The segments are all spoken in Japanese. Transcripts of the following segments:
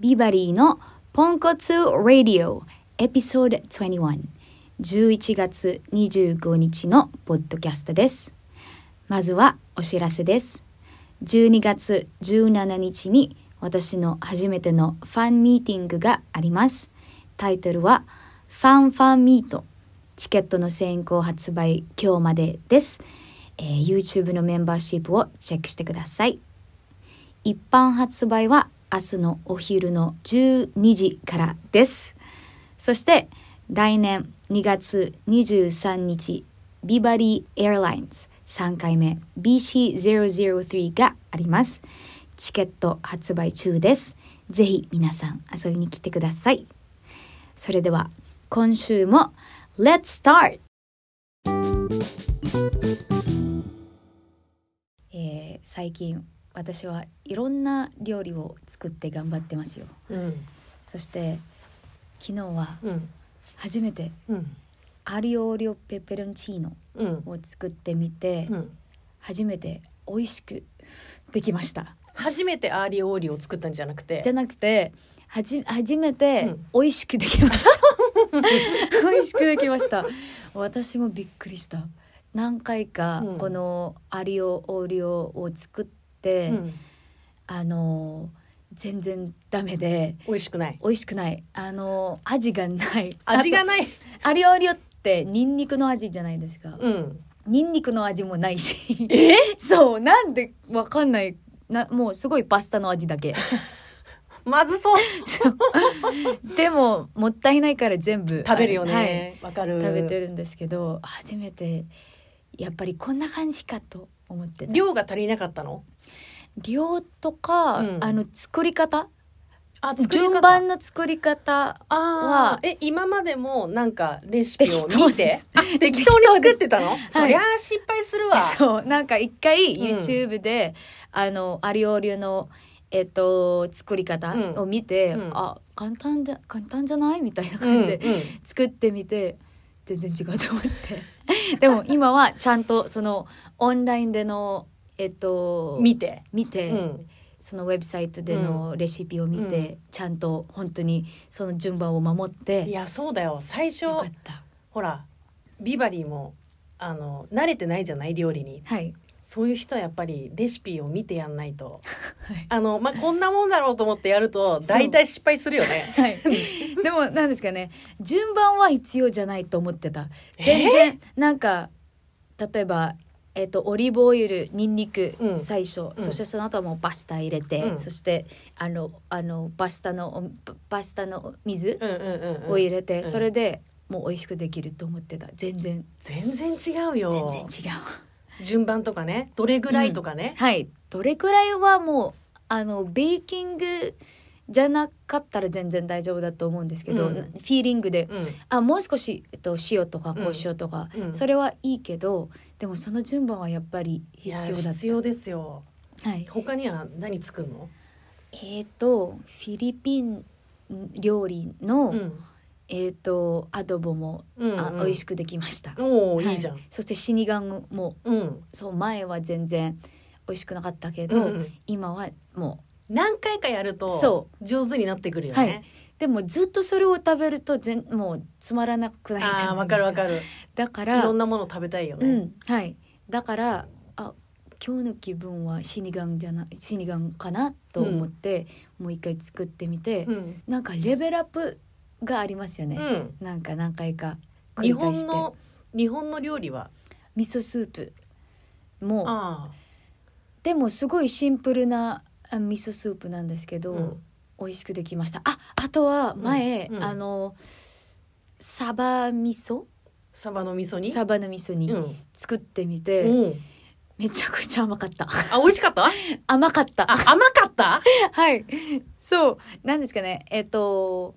ビバリーのポンコツラディオエピソード21 11月25日のポッドキャストです。まずはお知らせです。12月17日に私の初めてのファンミーティングがあります。タイトルはファンファンミート。チケットの先行発売今日までです。えー YouTube のメンバーシップをチェックしてください。一般発売は明日のお昼の12時からです。そして来年2月23日ビバリーエアラインズ3回目 BC003 があります。チケット発売中です。ぜひ皆さん遊びに来てください。それでは今週も Let's start! えー最近私はいろんな料理を作って頑張ってますよ。うんそして昨日はうん初めてうんアリオーリオペペロンチーノうんを作ってみて、うん初めて美味しくできました初めてアーリーオーリーを作ったんじゃなくてじゃなくてはじ初めてうん美味しくできました、美味しくできました私もびっくりした何回かうんこのアリオオーリオを作って、うんあの全然ダメで美味しくない美味しくないあの味がない味があないとアリオオーリオってニンニクの味じゃないですか、うんニンニクの味もないし そうなんでわかんないなもうすごいパスタの味だ けまずそうでももったいないから全部食べるよはねわ、かるい食べてるんですけど初めてやっぱりこんな感じかと思ってた量量が足りなかったのとか、うんあの作り方あ作り方順番の作り方あはーえ今までもなんかレシピを見てあ 適適当当にです作ってたの、そりゃあ失敗するわそうなんか一回うん YouTube で、あのアリオ流のえっと作り方を見て、うんうんあ簡単だ簡単じゃないみたいなうん感じで、作ってみて全然違うと思って でも今はちゃんとそのオンラインでのえっとうん見て、見て、うんそのウェブサイトでのレシピを見て、うんちゃんと本当にその順番を守っいてやそうだよ最初よかったほらビバリーもあの慣れてないじゃない料理にはいそういう人はやっぱりレシピを見てやんないと、はいあのまあこんなもんだろうと思ってやるとそう大体失敗するよね。はい、でもなんですかね順番は必要じゃないと思ってた全然なんか例えば、えっとオリーブオイルにんにくうん最初、うんそしてその後はもうパスタ入れて、うんそしてあのあのパスタのおパパスタの水うんうんうんをうん入れて、うんそれでもう美味しくできると思ってた全然全然違う全よ然違う順番とかねどれぐらいとかね、はいどれくらいはもうあのベーキングじゃなかったら全然大丈夫だと思うんですけど、うんフィーリングでうんあもう少し、えっと、塩とかうんこう塩とか、うんそれはいいけどでもその順番はやっぱり必いや要だっ必要ですよた、はい、他には何作るの、えっ、とフィリピン料理の、うんえっ、とアドボも、うんあう美ん味しくできました、おおはいいじゃん、そして死神もうんそう前は全然美味しくなかったけど、うん今はも何回かやるとそ上手になってくるよはねい、うでもずっとそれを食べると全もうつまらなくなっちゃうんですああわかるわかるだかいらろんなもの食べたいよね、うん、はい。だから、あ、今日の気分は死神じゃない、死神かなと思って、もう一回作ってみて、うんなんかレベルアップがありますようね。んなんか何回か繰日り返本して、の日本の料理は味噌スープも、あでもすごいシンプルなあ味噌スープなんですけあど、うん美味しくできました。あ、あとは前、うんうんあのサバ味噌、サバの味噌煮サバの味噌にうん作ってみて、うんめちゃくちゃ甘かった。 あ美味しかった甘かった。あ甘かったはい。そう。なんですかね。えっ、と、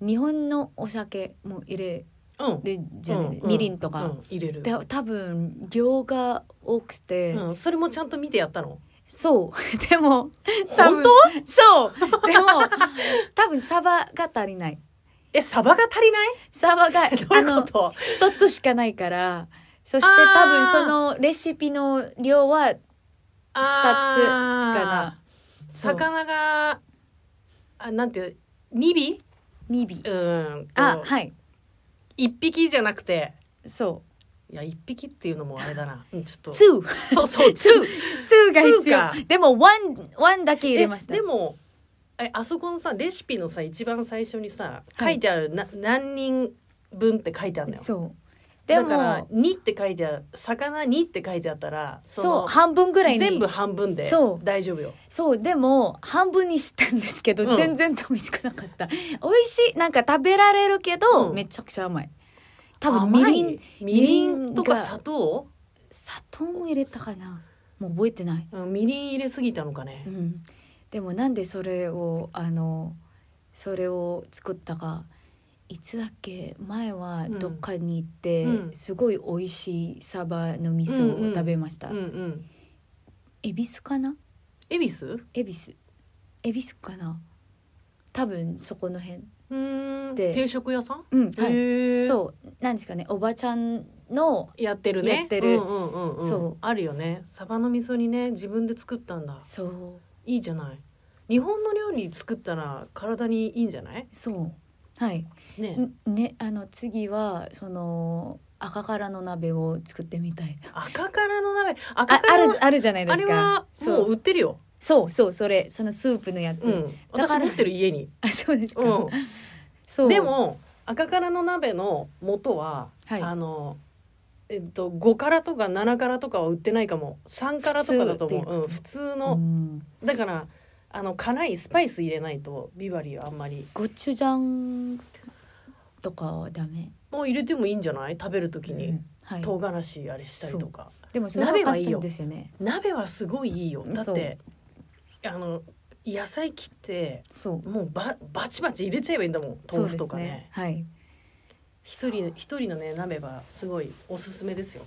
日本のお酒も入れうんるじゃないですうか。んみりんとか。うん入れるで多分量が多くて、うんそれもちゃんと見てやったのそう でも多分本当そうでも多分サバが足りないえサバが足りない サバがどうあいうこのと一つしかないからそしてあー多分そのレシピの量はあーかなそう魚があなんて2尾ニビうーんとあはい1匹じゃなくてそいや1匹っていうのもあれだな、うん、ちょっうとツーそうそうツーツーが必ツー要でもワンワンだけ入れましたえでもえあそこのさレシピのさ一番最初にさは書いいてある、な何人分って書いてあるのよそうでだからも2って書いてある魚2って書いてあったらそうの半分ぐらいに全部半分でそう大丈夫よそうでも半分にしたんですけど、うん全然美味しくなかった美味しいなんか食べられるけど、うんめちゃくちゃ甘い多分み甘りいんみりんとかみりんが砂糖、砂糖も入れたかなもう覚えてない、うん、みりん入れすぎたのかねうん、でもなんでそれをあのそれを作ったかいつだっけ前はどっかに行って、うんすごい美味しいサバの味噌を食べました、うんうん恵比寿かな恵比寿恵比寿恵比寿かな多分そこの辺うーんで定食屋さん、うんはいへえそうなんですかねおばちゃんのやってるねやってるうんうんうんうん、そうあるよねサバの味噌煮ね自分で作ったんだそういいじゃない日本の料理作ったら体にいいんじゃないそうはいねねあの次はその赤からの鍋を作ってみたい赤からの鍋赤あかあらのるあるじゃないであすれかはそもうう売ってるよそうそうそれそのスープのやつ、うんだ私から持ってる家にあそうですか、うそうん でも赤からの鍋の元は、はいあのえっと5からとか7からとかは売ってないかも3からとかだと思う普通っていうううん、普通の、んだからあの辛いスパイス入れないとビバリーはあんまりゴチュジャンとかはダメ、もう入れてもいいんじゃない食べる時うにんはい、唐辛子あれしたりとかでもそれは鍋良かはっいいたよんですよね鍋はすごいいいよだそっうてあの野菜切ってそうもうババチバチ入れちゃえばいいんだもん豆腐とかそうですねはい一人一人のね鍋はすごいおすすめですよ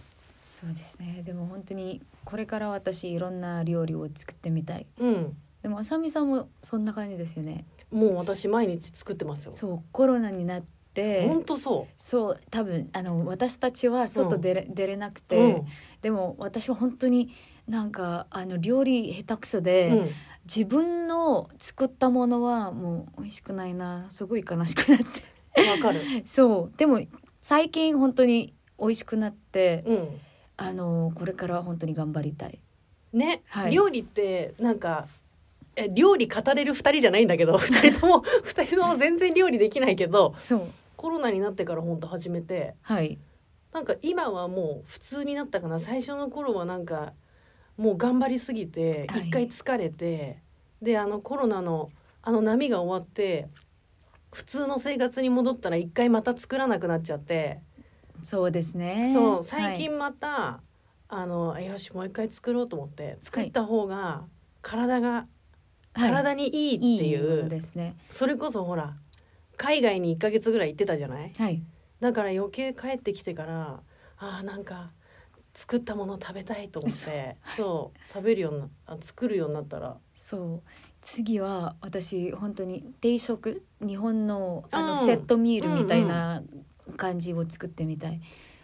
そうですねでも本当にこれから私いろんな料理を作ってみたいうんでもあさみさんもそんな感じですよねもう私毎日作ってますよそうコロナになってほんとそそう多分あの私たちは外出れ,、出れなくう、て、うんでも私は本当になんかあの料理下手くそで、うん、自分の作ったものはもう美味しくないなすごい悲しくなって わかる、そうでも最近本当に美味しくなって、うん、あのこれから本当に頑張りたいね、はい料理ってなんかえ料理語れる二人じゃないんだけど二人とも二人とも全然料理できないけどそうコロナになってからほんと始めてはいなんか今はもう普通になったかな最初の頃はなんかもう頑張りすぎてはい一回疲れて、であのコロナのあの波が終わって普通の生活に戻ったら一回また作らなくなっちゃって、そうですねそう最はい近また、あのよしもう一回作ろうと思って作った方が体が、はい体にいいっていいいもうのですねそれこそほら海外に1ヶ月ぐらい行ってたじゃないはいだから余計帰ってきてからあーなんか作ったもの食べたいと思ってそう食べるようになあ作るようになったらそう次は私本当に定食日本のあうのんセットミールみたいな感じを作ってみたい、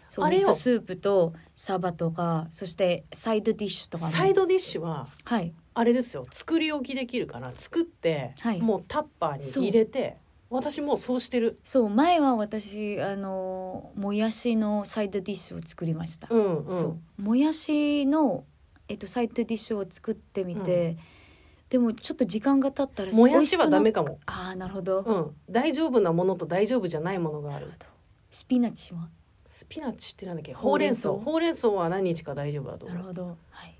そうあれ味よ噌スープとサバとかそしてサイドディッシュとかもサイドディッシュははいあれですよ作り置きできるから作って、はいもうタッパーに入れて私もうそうしてるそう前は私あのもやしのサイドディッシュを作りました、うんうそんうもやしの、えっと、サイドディッシュを作ってみて、でもちょっと時間が経ったらもやし美味くはなダメかも、ああなるほど、うん、大丈夫なものと大丈夫じゃないものがあなるるほどスピナチはスピナッチってなんだっけほほううれれんん草草ほうれん草は何日か大丈夫だとなる思うほどはい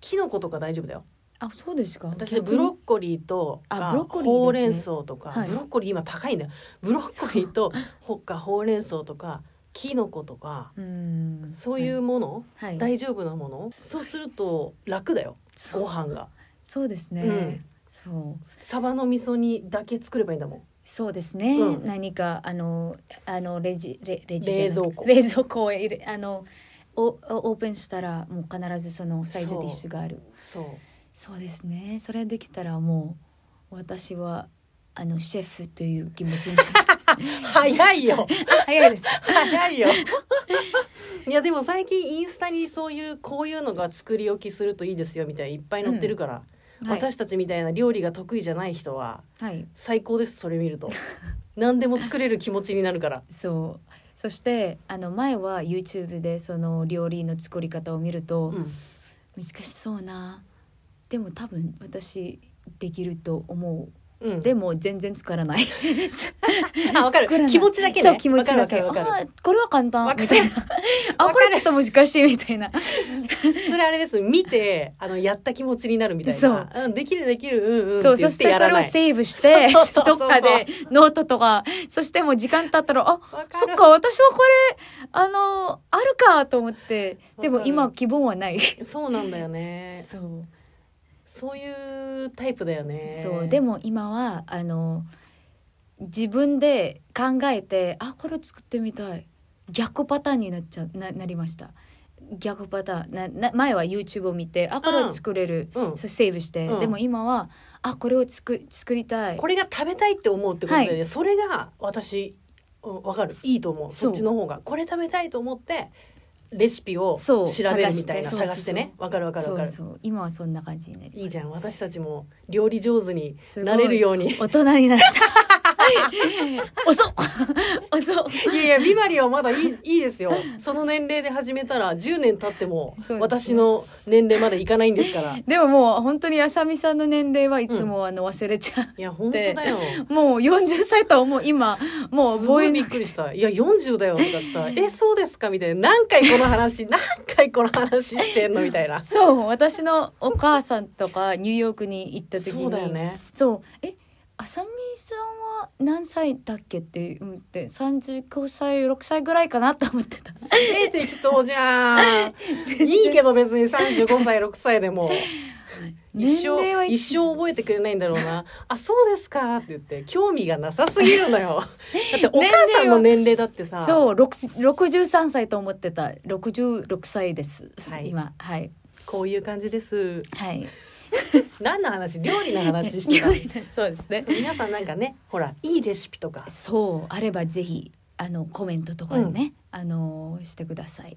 キノコとか大丈夫だよあそうですか私逆にブロッコリーとかあブロッコリーですねほうれん草とか、はいブロッコリー今高いんだよブロッコリーと ほかほうれん草とかきのことかうーんそういうもの、はい、はい大丈夫なものそうすると楽だよそごう飯がそうですね、うんそうサバの味噌煮だけ作ればいいんだもんそうですね、うん何かあのあのレジレレジじゃない冷蔵庫冷蔵庫へ入れあのおおオープンしたらもう必ずそのサイドディッシュがあるそうそうですねそれできたらもう私はあのシェフという気持ちにあ 早いよ早いですか早いよ いやでも最近インスタにそういうこういうのが作り置きするといいですよみたいないっぱい載ってるから、はい私たちみたいな料理が得意じゃない人ははい、最高ですそれ見 ると何でも作れる気持ちになるからそうそしてあの前は YouTube でその料理の作り方を見ると、うん難しそうなでも多分私できると思ううんでも全然作らないあ わか作らなるい気持ちだけねそう気持ちだけわかるわかるわかあーこれは簡単わかるみたいなあわこかるれちょっと難しいみたいなるそれあれです見てあのやった気持ちになるみたいなそう、うん、できるできるうんうんそうって言そっしてそれをやらないセーブして そうそうそうそどうっかでノートとかそしてもう時間経ったらあわかるそっか私はこれあのあるかと思ってでもわかる今希望はないそうなんだよねそうそういうタイプだよねそうでもも今はあの自分で考えてあこれ作ってみたい逆パターンになっちゃななりました逆パターンなな前は YouTube を見てあこれを作れる、うんそうセーブして、うんでも今はあこれを作作りたいこれが食べたいって思うってことだよね、はそれが私うんわかるいいと思うそそうっちの方がこれ食べたいと思ってレシピをそ調うべるみた探いなしてそうそうそう探してねわかるわかるわかるそうそう今はそんな感じになりいいじゃん私たちも料理上手にすごいなれるよ うに大人になった 遅っ遅っいやいやビバリーはまだいいいいですよその年齢で始めたら10年経ってもそうですね私の年齢までいかないんですからいでももう本当にあさみさんの年齢はいつもあの忘れちゃう、や本当だよもう40歳とはもう今もうすご覚えいなびっくてくりした「いや40だよ」とかさ「 えそうですか」みたいな「何回この話何回この話してんの」みたい なそう私のお母さんとかニューヨークに行った時にそうだよねそうえあさみさんは何歳だっけって思って39歳6歳ぐらいかなと思ってたすげえ適当じ ゃんいいけど別に35歳6歳でも年一齢は生一一生覚えてくれないんだろうな「あそうですか」って言って興味がなさすぎるの よだってお母さんの年齢だってさそうろくす63歳と思ってた66歳です、はい今はいこういう感じですはい何の話料理の話してた そうですねそう皆さんなんかねほらいいレシピとかそうあればぜひあのコメントとかでね、あのしてください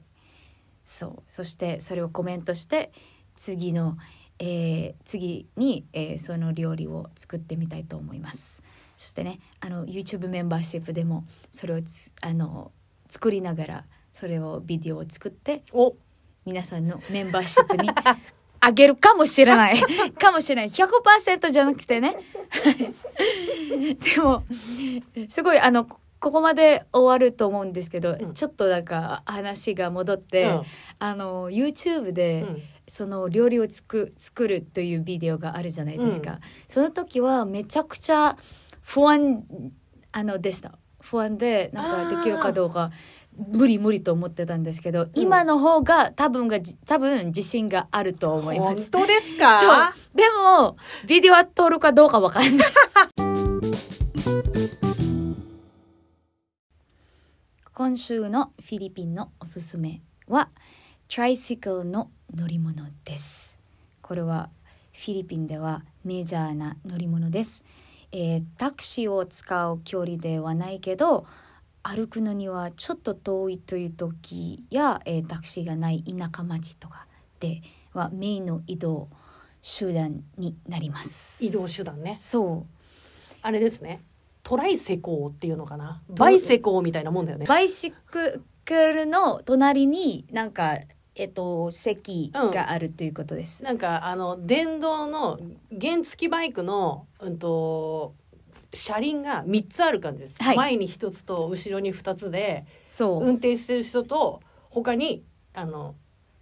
そうそしてそれをコメントして次の、えー次に、えーその料理を作ってみたいと思いますそしてねあの YouTube メンバーシップでもそれをつあの作りながらそれをビデオを作ってお皆さんのメンバーシップにあげるかもしれない かもしれない100%じゃなくてね でもすごいあのこここまで終わると思うんですけど、うんちょっとなんか話が戻って、うんあの YouTube で、うんその料理をつく作るというビデオがあるじゃないですか、その時はめちゃくちゃ不安あのでした不安でなんかできるかどうか無理無理と思ってたんですけど、今の方が多分がじ多分自信があると思いま本す。当ですそうかでもビデオは通るかどうかわかんない 今週のフィリピンのおすすめはトライシクルの乗り物ですこれはフィリピンではメジャーな乗り物です、えータクシーを使う距離ではないけど歩くのにはちょっと遠いという時や、えータクシーがない田舎町とかではメインの移動手段になります移動手段ねそあれですねトライセコーっていうのかなバイセコーみたいなもんだようねバイシクルの隣になんかえっと席があるということです、なんかあの電動の原付バイクのうんと車輪が三つある感じです、はい前に一つと後ろに二つでそう、運転してる人と他にあの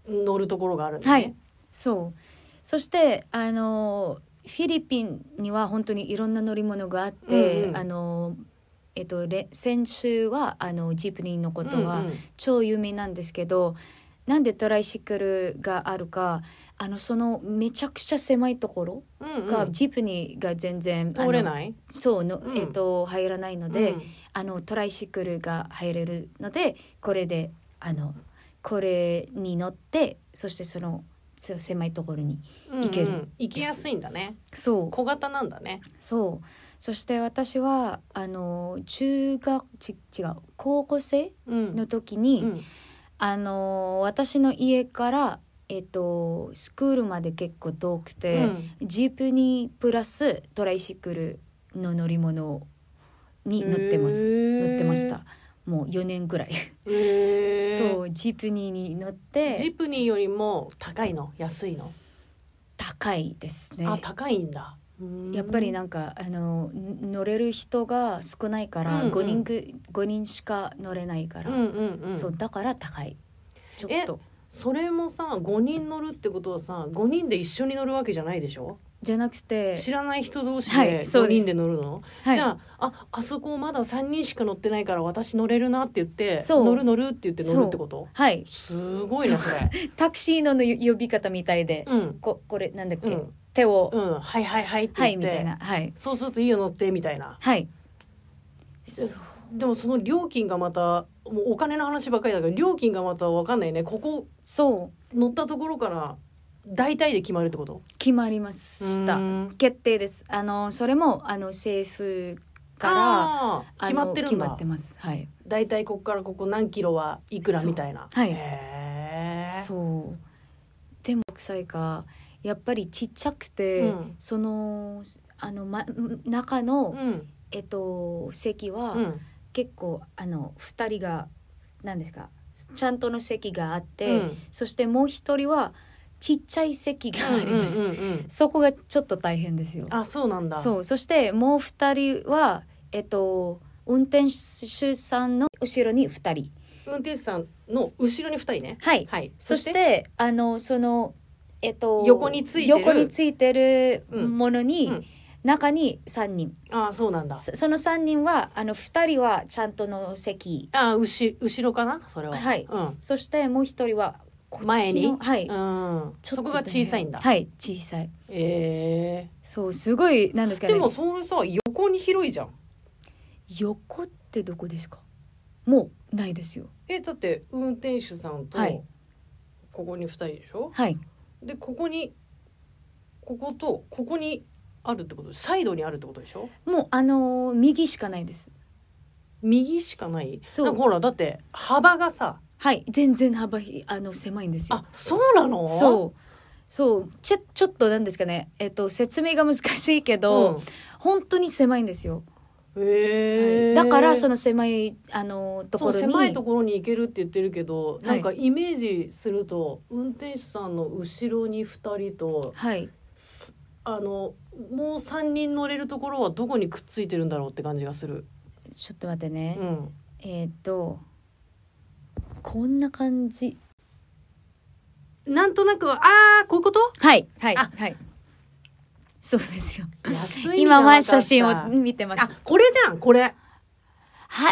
乗るところがあるんですね、はいそうそしてあのフィリピンには本当にいろんな乗り物があって、うんうんあのえっとれ先週はあのジプニーのことはうんうん超有名なんですけど、なんでトライシクルがあるかあのそのめちゃくちゃ狭いところうんうんが、ジプニーが全然通れいないそうの、うんえっと入らないので、うんあのトライシクルが入れるのでこれであのこれに乗ってそしてそのそう狭いところにうんうん行ける行きやすいんだねそう小型なんだねそうそして私はあの中学ち違う高校生うんの時に、うんあの私の家からえっと、スクールまで結構遠くて、うんジープにプラストライシクルの乗り物に乗ってます、へー乗ってましたもう4年ぐらい、へーそうジープニーに乗ってジプニーよりも高いの安いの、高いですねあ高いんだうーんやっぱりなんかあのん乗れる人が少ないからうんうん5人ぐ、五人しか乗れないから、うんうんうん、そうだから高いちょっとそれもさ5人乗るってことはさ5人で一緒に乗るわけじゃないでしょじゃなくて知らない人同士はでいそ5うです人で乗るの、はいじゃあああそこまだ3人しか乗ってないから私乗れるなって言ってそう乗る乗るって言って乗るってことはいすごいなそれ。タクシーのの呼び方みたいで、うんここれなんだっけ、うん手を、うん、はいはいはいっては言いっみて、たいなはいそうするといいよ乗ってみたいなはいそうでもその料金がまたもうお金の話ばっかりだから料金がまた分かんないねここそう乗ったところから大体で決まるってこと決まりましたうん決定ですあのそれもあの政府からあーあ決のまってるん決まだってますはい大体ここからここ何キロはいくらみたいなそうはいへーそうでも国際がやっぱりちっちゃくて、うんそのあの、ま、中の、うんえっと、席は、うん結構あの2人が何ですかちゃんとの席があって、うんそしてもう一人はちっちゃい席があります、うんうんうんそこがちょっと大変ですよあそうなんだそうそしてもう二人はえっと運転手さんの後ろに二人運転手さんの後ろに2人ねはい、はいそしてあのそのえっと横についてる横についてるうんものに、うん中に三人あそうなんだそその三人はあの二人はちゃんとの席あ後後ろかなそれははいうんそしてもう一人はこっちの前にはい、うん、ちょっそとこねが小さいんだ、はい小さいえそうすごいなんですーかねでもそれさ横に広いじゃん横ってどこですかもうないですよえだって運転手さんとはいここに2人でしょ、はいでここにこことここにあるってことサイドにあるってことでしょもうあのー右しかないです右しかないそうなんかほらだって幅がさはい全然幅ひあの狭いんですよあそうなのそうそうちょちょっとなんですかねえっと説明が難しいけど、本当に狭いんですよ、うん、へえ、はいだからそのの狭いあのーところに狭いところに行けるって言ってるけど、いなんかイメージすると運転手さんの後ろに2人とはいすあのもう3人乗れるところはどこにくっついてるんだろうって感じがする。ちょっと待ってね、うん、えっとこんな感じなんとなくああこういうことはいはいあはいそうですよやっと意味が分かった今は写真を見てますあこれじゃんこれは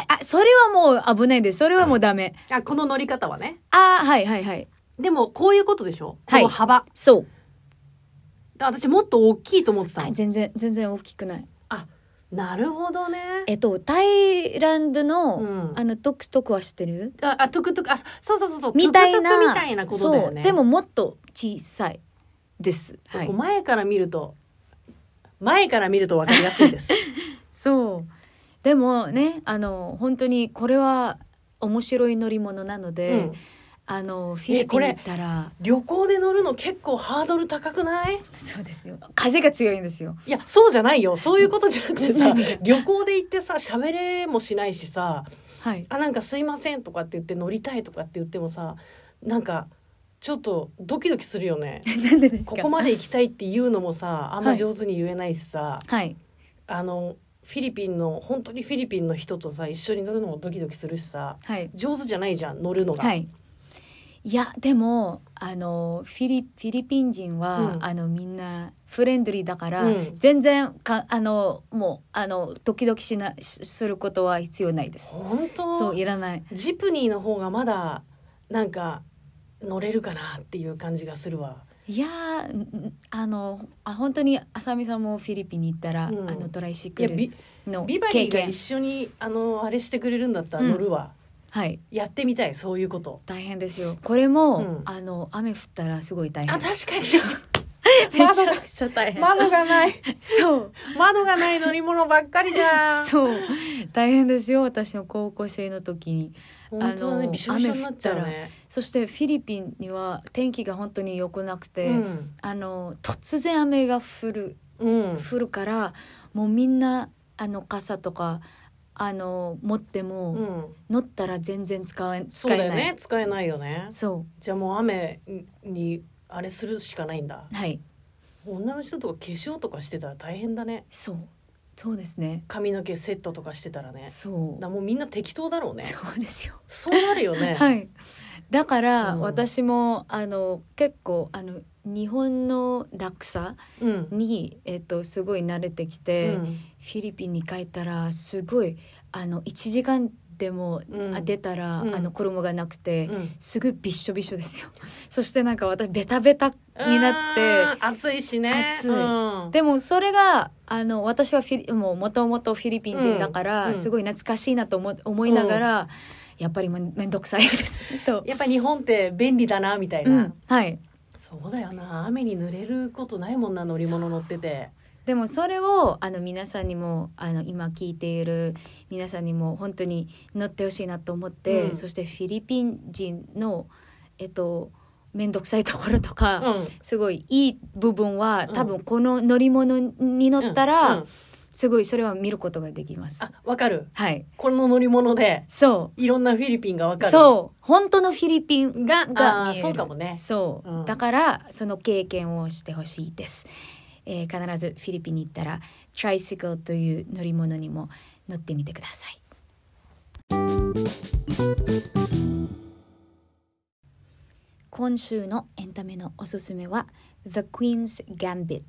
いあそれはもう危ないですそれはもうダメ、あこの乗り方はねあーはいはいはいでもこういうことでしょこはいの幅、そう私もっと大きいと思ってたあの全然全然大きくないあなるほどねえっとタイランドの、うんあのトクトクは知ってるああトゥクトゥクあそうそうそうそうみたいトゥクトゥクなみたいなことだよそねうでももっと小さいですそうはいこう前から見ると前から見ると分かりやすいですそうでもねあの本当にこれは面白い乗り物なので、うんあのフィリピンに行ったら 旅行で乗るの結構ハードル高くないそうですよ風が強いんですよいやそうじゃないよそう いうことじゃなくてさ何旅行で行ってさ喋れもしないしさはいあなんかすいませんとかって言って乗りたいとかって言ってもさなんかちょっとドキドキする よね なんでですかここまで行きたいっていうのもさあんま上手に言えないしさ、はいあのフィリピンの本当にフィリピンの人とさ一緒に乗るのもドキドキするしさはい上手じゃないじゃん乗るのが、はいいやでもあのフィリフィリピン人は、うんあのみんなフレンドリーだから、うん全然かあのもうあのドキドキしなしすることは必要ないです本当そういらないジプニーの方がまだなんか乗れるかなっていう感じがするわいやーんあのあ本当に浅見さんもフィリピンに行ったら、うんあのトライシいクやルビのビバ経リーが験一緒にあのあれしてくれるんだったらうん乗るわ、はいやってみたいそういうこと大変ですよこれも、うん あの雨降ったらすごい大変あ確かにめちゃ窓がくちゃ大変。窓がないそう。窓がない乗り物ばっかりだそう。大変ですよ、私の高校生の時に。本当だあねのびしょびしょになっちゃうねそしてフィリピンには天気が本当に良くなくて、うんあの、突然雨が降る、うん降るから、もうみんな、あの、傘とか、あの、持っても、うん乗ったら全然使えそ使うえだよないね。使えないよねそじゃあもう雨にあれするしかないんだう。はい。女の人とか化粧とかしてたら大変だねそう。そうですね。髪の毛セットとかしてたらねそう。だもうみんな適当だろうねそうですよ。そうなるよね、 はい、だからうん私も、あの結構あの日本の落差うん、に、えっとすごい慣れてきて、うフんィリピンに帰ったらすごいあの1時間でも、うんあ出たら、うんあの衣がなくて、うんすぐびっしょびっしょですよ。 そしてなんか私ベタベタになって。あー暑いしね暑いうんでもそれがあの私はフィリもうもともとフィリピン人だから、うんすごい懐かしいなと思思いながら、やっぱりめんめんどくさいですと。やっぱ日本って便利だなみたいな、うん、はいそうだよな雨に濡れることないもんな乗り物乗っててでもそれをあの皆さんにもあの今聞いている皆さんにも本当に乗ってほしいなと思って、うんそしてフィリピン人のえっと面倒くさいところとか、すごいいい部分はうん多分この乗り物に乗ったら、うんうんすごいそれは見ることができます。あわかるはい、この乗り物でそいろんなフィリピンがわうかるそう本当のフィリピンがあが見ーえるそうかもねそう、うんだからその経験をしてほしいです、えー必ずフィリピンに行ったらトライシクルという乗り物にも乗ってみてください今週のエンタメのおすすめは The Queen's Gambit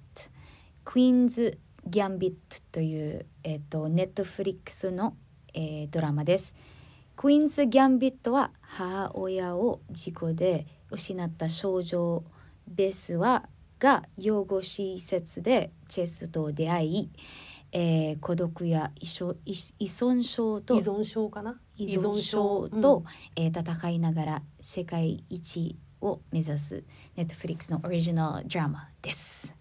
Queen's Gambit という、えー、と Netflix の、えードラマですクイーンズ・ギャンビットは母親を事故で失った少女ベスはが養護施設でチェスと出会い、えー孤独や依存依依存症と依存症かな依存症うんと、えー戦いながら世界一を目指す Netflix のオリジナルドラマです。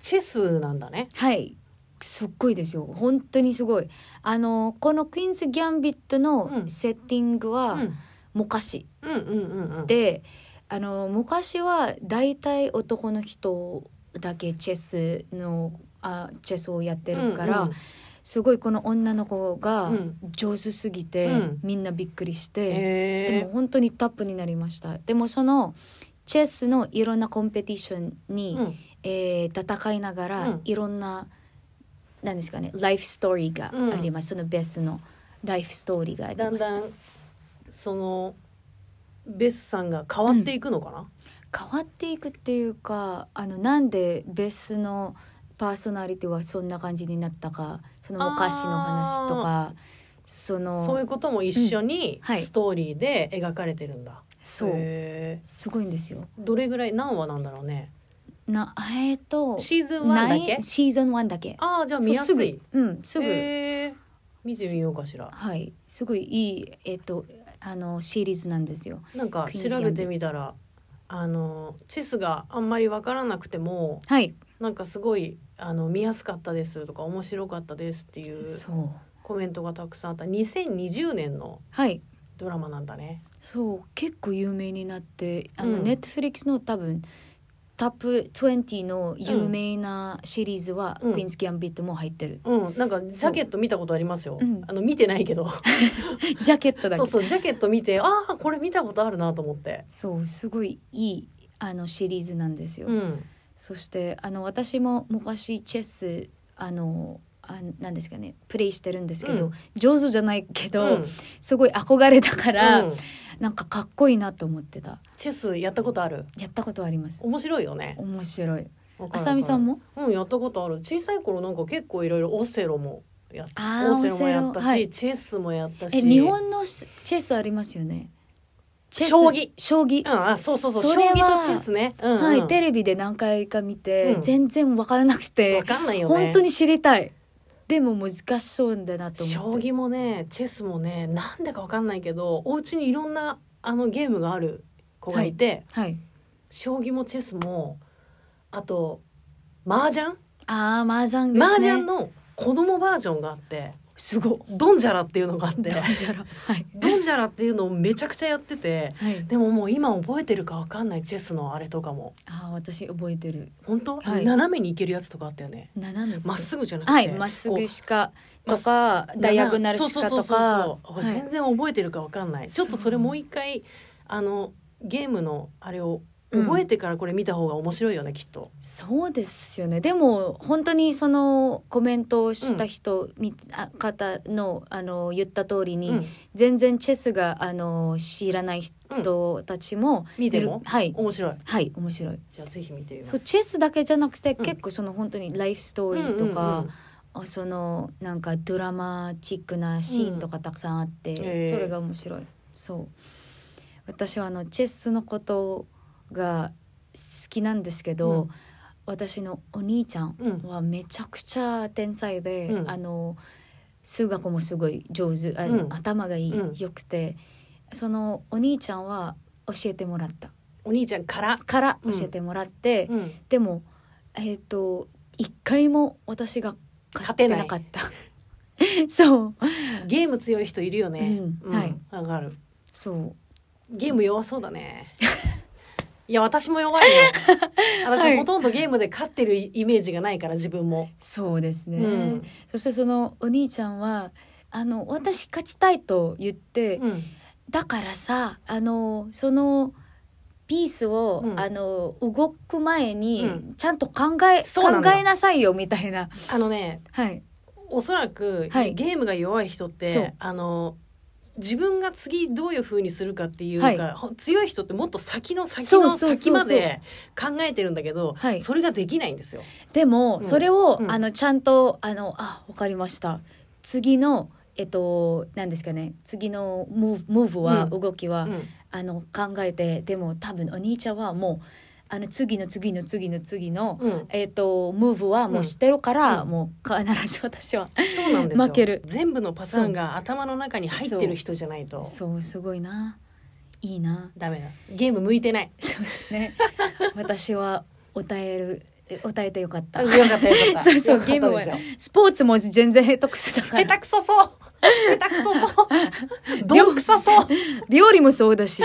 チェスなんだねはいすっごいですよ本当にすごいあのこのクイーンズ・ギャンビットうのんセッティングうは、ん昔うんうんうんうんであの昔は大体男の人だけチェスのあチェスをやってるから、うんうんすごいこの女の子がうん上手すぎて、うんみんなびっくりして、でもえ本当にタップになりましたでもそのチェスのいろんなコンペティションに、えーー戦いながら、うんいろんな何ですかねライフストーリーがあります、そのベースのライフストーリーがあうりんまだしんただんそのベスさんが変わっていくのかな、変わっていくっていうかあのなんでベスのパーソナリティはそんな感じになったかそのお菓子の話とかそのそういうことも一緒にうんはいストーリーで描かれてるんだ、そうへすごいんですよ。ーどれぐらい何話なんだろうねなえっとシーズン1だナイけンシーズン1だけああじゃあそう見やすすいぐうんすぐ、へー見てみようかしらはいすごいいいえっ、とあのシリーズなんですよ。なんかクイーンズギャ調ンビットべてみたらあのチェスがあんまりわからなくてもはい、なんかすごいあの見やすかったですとか面白かったですっていうそうコメントがたくさんあった2020年のはいドラマなんだねそう結構有名になってあの、うんネットフリックスの多分トップ20の有名なシリーズは「うんクイーンズ・ギャンビット」も入ってる、うんなんかジャケット見たことありますよ、うんあの見てないけどジャケットだけそそううそうジャケット見てああこれ見たことあるなと思ってすごいいいあのシリーズなんですよ、うんそしてあの私も昔チェスあのあなんですかねプレイしてるんですけど、う上手じゃないけど、うんすごい憧れだから、うんなんかかっこいいなと思ってたチェスやったことあるやったことあります面白いよね面白いわかるわかあるさみさんもうんやったことある小さい頃なんか結構いろいろオセロもやったあーオセロもやったオセし、ロはいチェスもやったしえ日本のチェスありますよねチェス将棋将棋うん、、あそうそうそうそれ将は棋とチェスね、うんうんはいテレビで何回か見て、うん全然わからなくてわかんないよね本当に知りたいでも難しそうだなと将思って棋もねチェスもねなんでかわかんないけどお家にいろんなあのゲームがある子がいて、はい将棋もチェスもあと麻雀ああ、麻雀ですね。麻雀の子供バージョンがあってすごい。ドンジャラっていうのがあ ってドンジャラ。はい。ドンジャラっていうのをめちゃくちゃやっててはい。でももう今覚えてるかわかんないチェスのあれとかもああ、私覚えてる。本当、はい斜めに行けるやつとかあったよね斜めって。まっすぐじゃなくてはい、まっすこぐうしかまとっすか、ダイアグナルしかそうとそうそうかそう。は全い然覚えてるかわかんないちょっとそれもう一回あのゲームのあれを覚えてからこれ見た方が面白いよね、きっとそうですよね。でも本当にそのコメントをした人、みあ方のあの言った通りに、うん全然チェスがあの知らない人たちも見てるもはい面白いはい面白い。じゃあぜひ見てみますそうチェスだけじゃなくて、うん結構その本当にライフストーリーとか、あそのなんかドラマチックなシーンとかたくさんあって、ええそれが面白いそう私はあのチェスのことが好きなんですけど、うん私のお兄ちゃんうんはめちゃくちゃ天才で、うんあの数学もすごい上手あうん頭がいい、うんよくてそのお兄ちゃんは教えてもらったお兄ちゃんから、から教えてもらって、うん、でもえっ、と一回も私が勝ってなかった。 そうゲーム強い人いるよね、うんはいわかるそうゲーム弱そうだね いや私も弱いよ私、 はいほとんどゲームで勝ってるイメージがないから自分も、そうですね、うんそしてそのお兄ちゃんはあの私勝ちたいと言って、うんだからさあのそのピースを、うんあの動く前に、うんちゃんと考えそうなの考よえなさいよみたいなあのねはいおそらく、はいゲームが弱い人っそうてあの自分が次どういう風にするかっていうか、はいほん強い人ってもっと先の先そうのそうそうそう先まで考えてるんだけどはいそれができないんですよ。でも、うんそれを、うんあのちゃんとあのあわかりました次のえっと何ですかね次のムーブムーブは、うん動きは、うんあの考えてでも多分お兄ちゃんはもうあの次の次の次の次の、うんえっとムーブはもうしてるから、うんもう必ず 私はそうなんですよ負ける全部のパターンが頭の中に入ってる人じゃないとそうすごいないいなダメだゲーム向いてないそうですね私 は歌えるえ歌えてよかったよかったよかった そうそうよかったゲームはですよスポーツも全然下手くそだか下ら手くそそう下手く そそうどんくさそう料理もそうだ し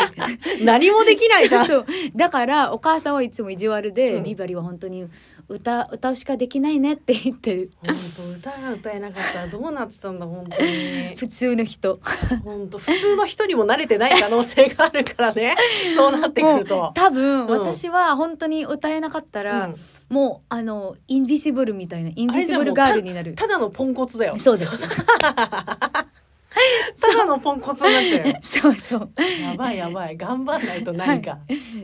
何もできないじゃんそうだからお母さんはいつも意地悪で、うんリバリは本当に歌歌うしかできないねって言ってる本当歌が歌えなかったらどうなってたんだ本 当に普通の人本当普通の人にも慣れてない可能性があるからねそうなってくるもうと。多分、ん私は本当に歌えなかったら、うんもうあのインビシブルみたいなインあビれシじゃブもルうガールになるたただのポンコツだよそう ですよただのポンコツになっちゃうよそうそうやばいやばい頑張んないと何か、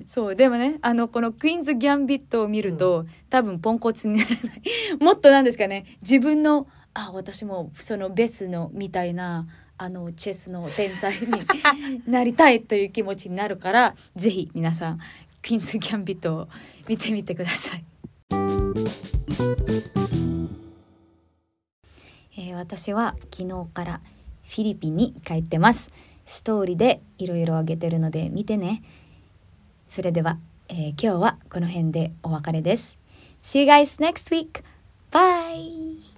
そうでもねあのこの「クイーンズ・ギャンビット」を見ると、多分ポンコツにならない もっとなんですかね自分のあ私もそのベスのみたいなあのチェスの天才になりたいという気持ちになるからぜひ皆さん「クイーンズ・ギャンビット」を見てみてください。えー私は昨日からフィリピンに帰ってます。ストーリーでいろいろあげてるので見てね。それでは、えー今日はこの辺でお別れです。See you guys next week! Bye!